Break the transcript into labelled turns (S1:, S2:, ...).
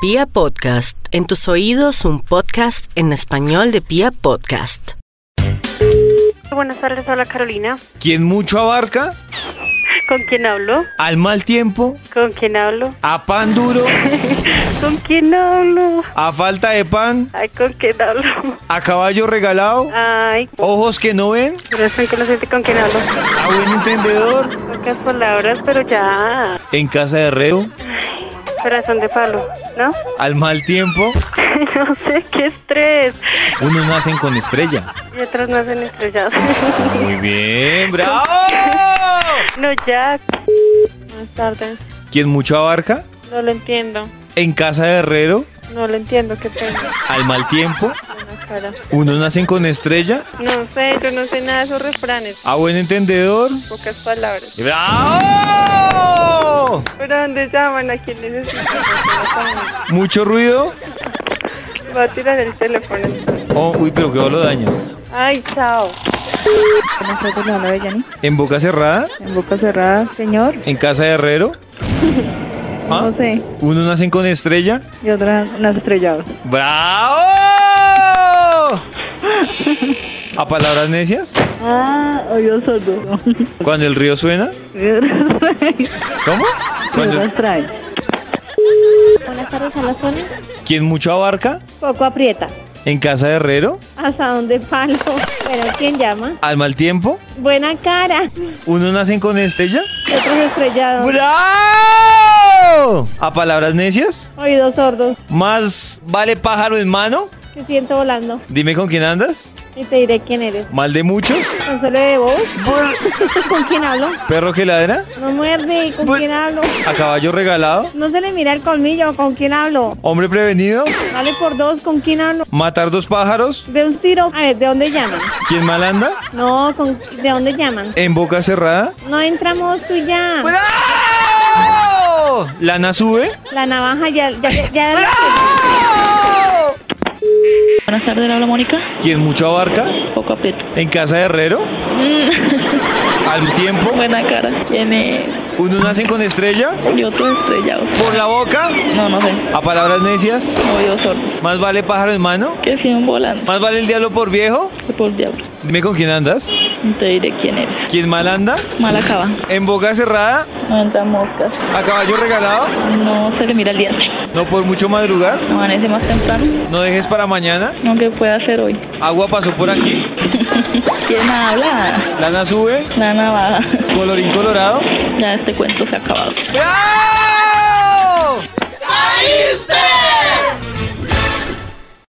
S1: Pia Podcast, en tus oídos un podcast en español de Pia Podcast.
S2: Buenas tardes, hola Carolina.
S3: Quien mucho abarca,
S2: ¿Con quién hablo?
S3: al mal tiempo,
S2: ¿Con quién hablo?
S3: a pan duro,
S2: ¿Con quién hablo?
S3: a falta de pan,
S2: Ay, ¿con quién hablo?
S3: a caballo regalado,
S2: Ay,
S3: ojos que no ven,
S2: pero es que no sé con quién hablo.
S3: a buen entendedor,
S2: Pocas palabras, pero ya.
S3: en casa de herrero,
S2: Corazón de palo, ¿no?
S3: al mal tiempo,
S2: no sé qué estrés.
S3: unos nacen con estrella.
S2: Y otras nacen estrelladas.
S3: Muy bien, bravo.
S2: no, ya. Buenas tardes.
S3: Quien mucho abarca,
S2: No lo entiendo.
S3: en casa de herrero,
S2: No lo entiendo, qué pena.
S3: al mal tiempo,
S2: Buenas cara.
S3: unos nacen con estrella,
S2: No sé, yo no sé nada de esos refranes.
S3: a buen entendedor.
S2: Pocas palabras.
S3: ¡Bravo!
S2: ¿Pero a dónde llaman? ¿A quién necesitan?
S3: Mucho ruido.
S2: Va a tirar el teléfono.
S3: Oh, uy, pero quedó lo daños.
S2: Ay, chao.
S4: Buenas tardes, le habla Bellani.
S3: En boca cerrada,
S4: En boca cerrada, señor.
S3: en casa de Herrero. ¿Ah?
S4: No sé.
S3: Unos nacen con estrella.
S4: Y otra, unas estrelladas.
S3: ¡Bravo! A palabras necias,
S4: Ah, oído sordo.
S3: cuando el río suena. ¿Cómo? Cuando
S4: Las trae.
S5: Buenas tardes a la zona.
S3: quien mucho abarca,
S5: Poco aprieta.
S3: en casa de Herrero,
S5: ¿Hasta dónde palo? Bueno, ¿quién llama?
S3: al mal tiempo.
S5: Buena cara.
S3: Unos nacen con estrella.
S5: Otros estrellados.
S3: ¡Bravo! A palabras necias,
S5: Oídos sordos.
S3: más vale pájaro en mano.
S5: Te siento volando.
S3: Dime con quién andas.
S5: Y te diré quién eres.
S3: Mal de muchos.
S5: Consuelo de voz. ¿Con quién hablo?
S3: Perro que ladra.
S5: No muerde. ¿Con
S3: Bueno.
S5: quién hablo?
S3: A caballo regalado.
S5: No se le mira el colmillo. ¿Con quién hablo?
S3: Hombre prevenido.
S5: Vale por dos. ¿Con quién hablo?
S3: Matar dos pájaros.
S5: De un tiro. A ver, ¿de dónde llaman?
S3: ¿Quién mal anda?
S5: No, ¿con... ¿de dónde llaman?
S3: En boca cerrada.
S5: No entramos tú ya.
S3: ¡Bravo! Lana sube.
S5: La navaja ya... ya, ya, ya-
S4: Buenas tardes, le habla Mónica.
S3: Quien mucho abarca.
S4: Poco aprieto.
S3: En casa de herrero. Al tiempo.
S4: Buena cara. Tiene.
S3: Unos nacen con estrella.
S4: Y otro estrellado.
S3: Por la boca.
S4: No, no sé.
S3: A palabras necias.
S4: Oído sordo.
S3: Más vale pájaro en mano.
S4: Que siguen volando.
S3: Más vale el diablo por viejo.
S4: Por diablo.
S3: Dime con quién andas.
S4: Y te diré quién eres.
S3: ¿Quién mal anda?
S4: Mala cava.
S3: En boca cerrada.
S4: No entra moscas.
S3: A caballo regalado.
S4: No se le mira el diente.
S3: No por mucho madrugar.
S4: Amanece más temprano.
S3: No dejes para mañana.
S4: No que pueda hacer hoy.
S3: Agua pasó por aquí.
S4: ¿Quién habla?
S3: Lana sube.
S4: La navaja.
S3: Colorín colorado.
S4: Ya este cuento se ha acabado.
S3: ¡Ah!